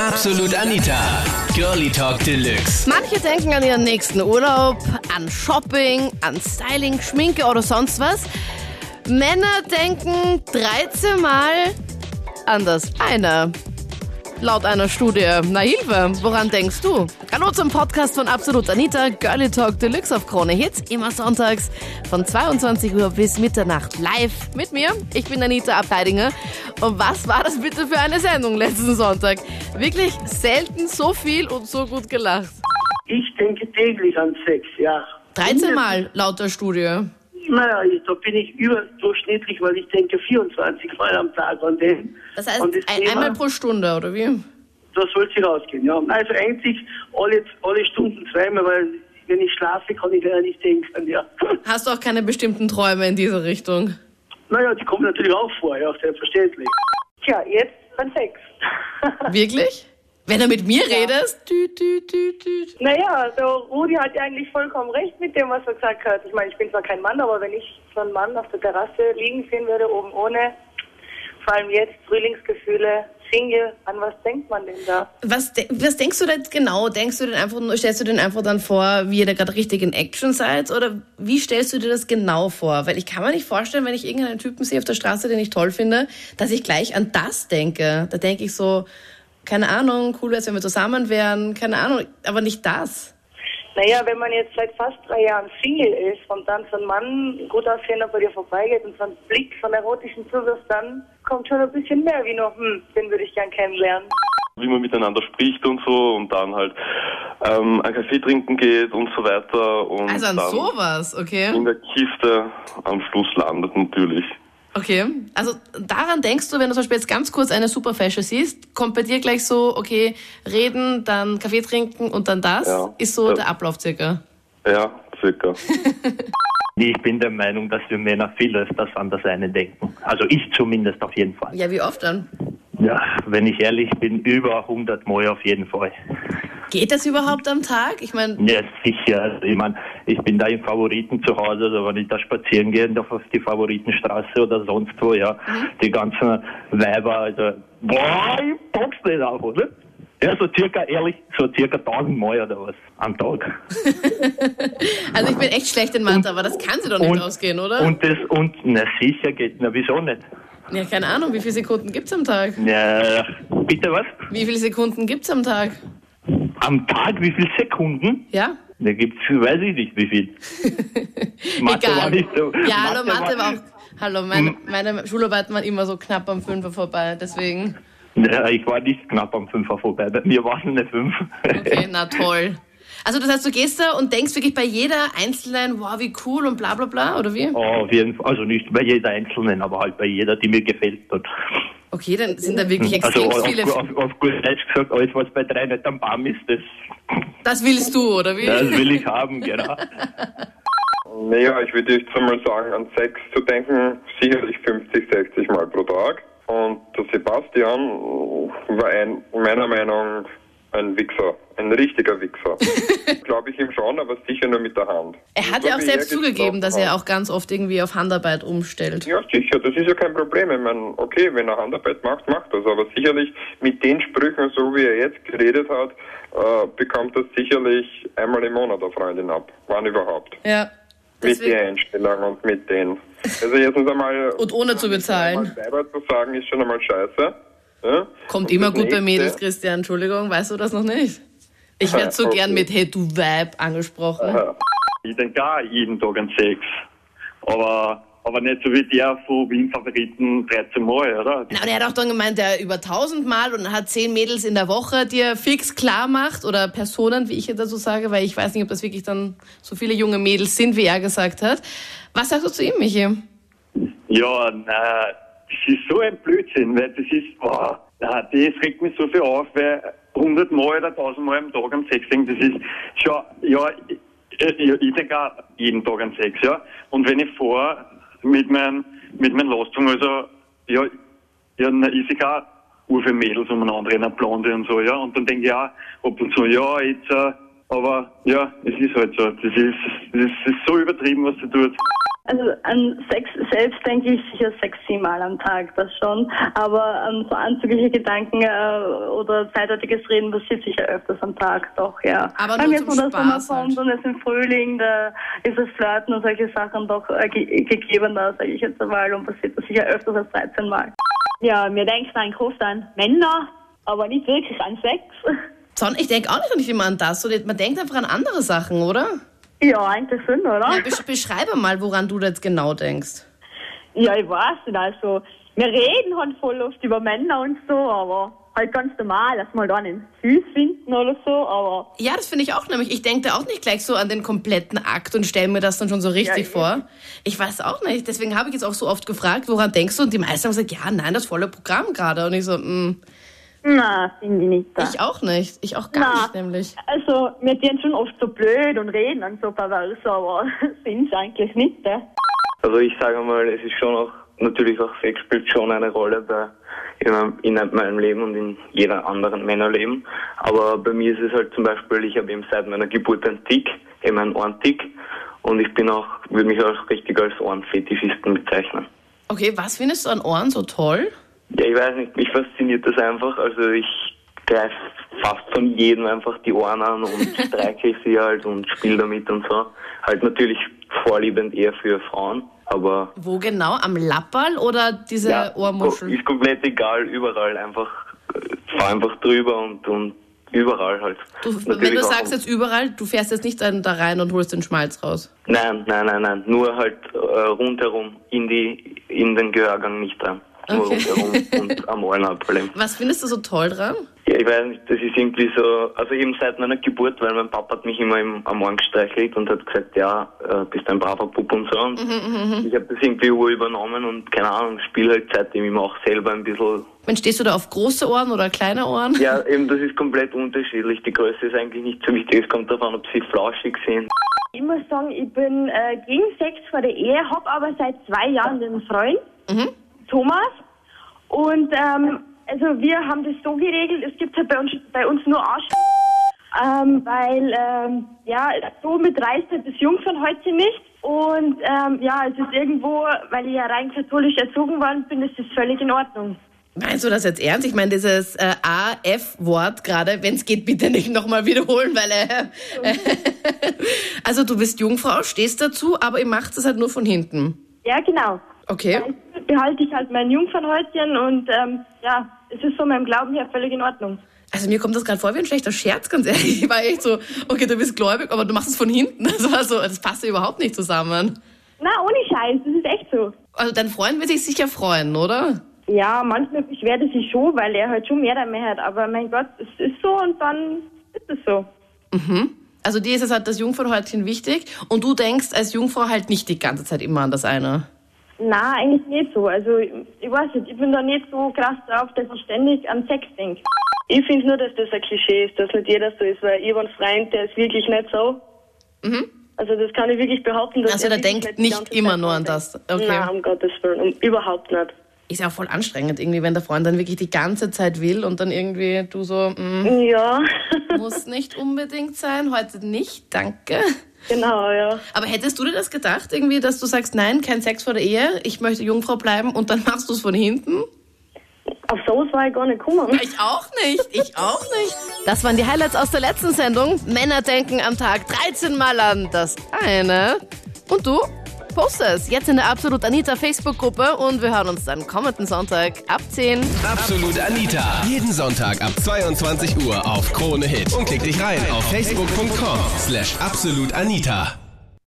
Absolut Anita. Girlie Talk Deluxe. Manche denken an ihren nächsten Urlaub, an Shopping, an Styling, Schminke oder sonst was. Männer denken 13 Mal an das eine. Laut einer Studie. Na Hilfe, woran denkst du? Hallo zum Podcast von Absolut Anita, Girlie Talk Deluxe auf Krone Hits, immer sonntags von 22 Uhr bis Mitternacht live mit mir. Ich bin Anita Abteidinger. Und was war das bitte für eine Sendung letzten Sonntag? Wirklich selten so viel und so gut gelacht. Ich denke täglich an Sex, ja. 13 Mal laut der Studie. Naja, ich- da bin ich überdurchschnittlich, weil ich denke 24 Mal am Tag an den. Das heißt, an das ein, Thema. einmal pro Stunde, oder wie? Da soll sie rausgehen, ja. Also eigentlich alle, alle Stunden zweimal, weil wenn ich schlafe, kann ich leider nicht denken, ja. Hast du auch keine bestimmten Träume in diese Richtung? Naja, die kommen natürlich auch vor, ja, selbstverständlich. Tja, jetzt an Sex. Wirklich? Wenn du mit mir redest? Tü, tü, tü, tü. naja, der Rudi hat ja eigentlich vollkommen recht mit dem, was er gesagt hat. Ich meine, ich bin zwar kein Mann, aber wenn ich so einen Mann auf der Terrasse liegen sehen würde, oben ohne, vor allem jetzt Frühlingsgefühle, Single, an was denkt man denn da? Was, de was denkst du denn genau? Denkst du denn einfach, nur- stellst du denn einfach dann vor, wie ihr da gerade richtig in Action seid? Oder wie stellst du dir das genau vor? Weil ich kann mir nicht vorstellen, wenn ich irgendeinen Typen sehe auf der Straße, den ich toll finde, dass ich gleich an das denke. Da denke ich so, keine Ahnung, cool wäre wenn wir zusammen wären, keine Ahnung, aber nicht das. Naja, wenn man jetzt seit fast drei Jahren Single ist und dann so ein Mann gut aussehender bei dir vorbeigeht und so einen Blick von erotischen zuwirft, dann kommt schon ein bisschen mehr wie nur, hm, den würde ich gern kennenlernen. wie man miteinander spricht und so und dann halt ähm, einen Kaffee trinken geht und so weiter und Also an dann sowas, okay? in der Kiste am Schluss landet natürlich. Okay, also daran denkst du, wenn du zum Beispiel jetzt ganz kurz eine Superfashion siehst, kommt bei dir gleich so, okay, reden, dann Kaffee trinken und dann das, Ja. ist so Ja. der Ablauf circa. Ja, circa. Nee, Ich bin der Meinung, dass wir Männer viel öfters an das eine denken. Also ich zumindest auf jeden Fall. Ja, wie oft dann? Ja, wenn ich ehrlich bin, über 100 Mal auf jeden Fall. Geht das überhaupt am Tag? Ich meine, Ja, sicher. Also ich meine, ich bin da im Favoriten zu Hause. Also wenn ich da spazieren gehen darf auf die Favoritenstraße oder sonst wo, ja, Mhm. die ganzen Weiber, also, boah, ich box nicht auf, oder? Ja, so circa, ehrlich, so circa 1000 Mal oder was am Tag. also ich bin echt schlecht in Mathe, aber das kann sie doch nicht ausgehen, oder? Und das, und, na sicher geht, na wieso nicht? ja, keine Ahnung, wie viele Sekunden gibt's am Tag? Na, bitte was? Wie viele Sekunden gibt's am Tag? Am Tag wie viele Sekunden? Ja? Da gibt's, weiß ich nicht, wie viel. Mathe Egal. war nicht so. Ja, hallo, Mathe war auch. Hallo, meine, Hm. meine Schularbeiten waren immer so knapp am Fünfer vorbei, deswegen. Ja, ich war nicht knapp am Fünfer vorbei. Bei mir waren es eine Fünf. Okay, na toll. Also das heißt, du gehst da und denkst wirklich bei jeder einzelnen, wow, wie cool und bla bla bla, oder wie? Oh, auf jeden Fall. Also nicht bei jeder Einzelnen, aber halt bei jeder, die mir gefällt. Und Okay, dann sind da wirklich also extrem auf, viele. auf, auf, gut Deutsch gesagt, alles was bei drei nicht am Baum ist, das, Das willst du, oder wie? das will ich haben, genau. Naja, ich würde jetzt einmal sagen, an Sex zu denken, sicherlich 50, 60 Mal pro Tag. Und der Sebastian war ein, meiner Meinung nach ein Wichser, ein richtiger Wichser. Glaube ich ihm schon, aber sicher nur mit der Hand. Er hat So ja auch wie selbst gesprochen zugegeben, dass er hat. auch ganz oft irgendwie auf Handarbeit umstellt. Ja, sicher, das ist ja kein Problem. Ich meine, okay, wenn er Handarbeit macht, macht das. Aber sicherlich mit den Sprüchen, so wie er jetzt geredet hat, äh, bekommt er sicherlich einmal im Monat eine Freundin ab. Wann überhaupt? Ja. mit der Deswegen. Einstellung und mit den. Also erstens einmal Und ohne zu bezahlen. einmal selber zu sagen, ist schon einmal scheiße. Ja? Kommt Und immer das gut bei Nächste- Mädels, Christian, Entschuldigung, weißt du das noch nicht? Ich werde so Okay. gern mit Hey du Vibe angesprochen. Ja. Ich denke auch jeden Tag an Sex. Aber, aber nicht so wie der von Wien Favoriten 13 Mal, oder? Na, und er hat auch dann gemeint, er über 1000 Mal und hat zehn Mädels in der Woche, die er fix klar macht oder Personen, wie ich jetzt dazu sage, weil ich weiß nicht, ob das wirklich dann so viele junge Mädels sind, wie er gesagt hat. Was sagst du zu ihm, Michi? Ja, nein, das ist so ein Blödsinn, weil das ist, wow, nein, das regt mich so viel auf, weil 100 Mal oder 1000 Mal am Tag an Sex denken, das ist, schau, ja, ich, ich, ich denke auch jeden Tag an Sex, ja. Und wenn ich vor mit meinem, mit meinen Leistungen, also, ja, ja, na, ich sehe auch ur viele Mädels um umeinander, eine Blonde und so, ja. Und dann denke ich auch ab und zu, ja, jetzt, äh, aber ja, es ist halt so. Das ist, das ist so übertrieben, was sie tut. Also an Sex selbst denke ich sicher sechs, sieben Mal am Tag, das schon. Aber an so anzügliche Gedanken äh, oder zeitdeutiges Reden passiert sicher öfters am Tag, doch, ja. Aber Weil nur jetzt, zum wo der Sommer Spaß halt. kommt und es im Frühling, da ist das Flirten und solche Sachen doch äh, ge gegebener, sage ich jetzt mal, und passiert das sicher öfters als 13 Mal. Ja, mir denkt man groß an Männer, aber nicht wirklich an Sex. Sondern ich denke auch nicht wirklich immer an das. oder? Man denkt einfach an andere Sachen, oder? Ja, eigentlich schon, oder? Ja, besch beschreibe mal, woran du da jetzt genau denkst. Ja, ich weiß nicht, also wir reden halt voll oft über Männer und so, aber halt ganz normal, dass wir da einen süß finden oder so, aber Ja, das finde ich auch nämlich. Ich denke da auch nicht gleich so an den kompletten Akt und stelle mir das dann schon so richtig vor. Ich weiß auch nicht. Deswegen habe ich jetzt auch so oft gefragt, woran denkst du? Und die meisten haben gesagt, ja, nein, das volle Programm gerade. Und ich so, mm, mh. Na, finde ich nicht. Ich auch nicht. Ich auch gar Na. nicht, nämlich. also wir sind schon oft so blöd und reden dann so pervers, aber sind eigentlich nicht. Ne? Also ich sage mal, es ist schon auch, natürlich auch Sex spielt schon eine Rolle bei, in, meinem- in meinem Leben und in jeder anderen Männerleben. Aber bei mir ist es halt zum Beispiel, ich habe eben seit meiner Geburt einen Tick, eben einen Ohrentick. Und ich bin auch, würde mich auch richtig als Ohrenfetischisten bezeichnen. Okay, was findest du an Ohren so toll? Ja, ich weiß nicht, mich fasziniert das einfach. Also ich greife fast von jedem einfach die Ohren an und streiche sie halt und spiele damit und so. Halt natürlich vorliebend eher für Frauen, aber Wo genau? Am Lapperl oder diese ja, Ohrmuschel? Ist komplett egal, überall einfach, äh, fahr einfach drüber und, und überall halt. Du, wenn Natürlich du auch- um- sagst jetzt überall, du fährst jetzt nicht dann da rein und holst den Schmalz raus. Nein, nein, nein, nein, nur halt äh, rundherum in die, in den Gehörgang nicht rein. Nur Okay. rundherum und am Ohrenabfall. Was findest du so toll dran? Ja, ich weiß nicht, das ist irgendwie so, also eben seit meiner Geburt, weil mein Papa hat mich immer im, am Morgen gestreichelt und hat gesagt, ja, äh, bist ein braver Bub und so. Und Ich habe das irgendwie ur übernommen und keine Ahnung, spiele halt seitdem immer auch selber ein bisschen Mensch, stehst du da auf große Ohren oder kleine Ohren? Ja, eben, das ist komplett unterschiedlich. Die Größe ist eigentlich nicht so wichtig. Es kommt darauf an, ob sie flauschig sind. Ich muss sagen, ich bin äh, gegen Sex vor der Ehe, habe aber seit zwei Jahren einen Freund, Mhm. Thomas. Und ähm, also wir haben das so geregelt, es gibt halt bei uns, bei uns nur Arsch. Ähm, weil, ähm, ja, so mit Reißzeit ist Jungfernhäutchen nicht. Und ähm, ja, es ist irgendwo, weil ich ja rein katholisch erzogen worden bin, ist das völlig in Ordnung. Meinst du das jetzt ernst? Ich meine, dieses äh, AF-Wort gerade, wenn es geht, bitte nicht nochmal wiederholen, weil äh, Also du bist Jungfrau, stehst dazu, aber ihr macht es halt nur von hinten. Ja, genau. Okay. Behalte ich halt mein Jungfernhäutchen und ähm, ja, es ist von meinem Glauben her völlig in Ordnung. Also mir kommt das gerade vor wie ein schlechter Scherz, ganz ehrlich. Ich war echt so, okay, du bist gläubig, aber du machst es von hinten. Das war so, das passt ja überhaupt nicht zusammen. Na, ohne Scheiß, das ist echt so. Also dein Freund wird sich sicher freuen, oder? Ja, manchmal beschwert er sich schon, weil er halt schon mehr damit hat. Aber mein Gott, es ist so und dann ist es so. Mhm. Also dir ist es halt das Jungfernhäutchen wichtig und du denkst als Jungfrau halt nicht die ganze Zeit immer an das eine. Na, eigentlich nicht so. Also, ich ich weiß nicht, ich bin da nicht so krass drauf, dass ich ständig an Sex denke. Ich finde nur, dass das ein Klischee ist, dass nicht jeder so ist, weil ich habe einen Freund, der ist wirklich nicht so. Also das kann ich wirklich behaupten. Dass Mhm. Also er der wirklich denkt die nicht ganze immer Zeit nur an dran das. denkt. Okay. Nein, um Gottes Willen, um, überhaupt nicht. Ist ja auch voll anstrengend irgendwie, wenn der Freund dann wirklich die ganze Zeit will und dann irgendwie du so, mm, Ja. muss nicht unbedingt sein, heute nicht, danke. Genau, ja. Aber hättest du dir das gedacht irgendwie, dass du sagst, nein, kein Sex vor der Ehe, ich möchte Jungfrau bleiben und dann machst du es von hinten? Auf sowas war ich gar nicht gekommen. Ich auch nicht, ich auch nicht. Das waren die Highlights aus der letzten Sendung. Männer denken am Tag 13 Mal an das eine. Und du? Poste es jetzt in der Absolut Anita Facebook-Gruppe und wir hören uns dann kommenden Sonntag ab 10. Absolut Anita. Jeden Sonntag ab 22 Uhr auf Krone Hit. Und klick dich rein auf facebook.com slash absolutanita.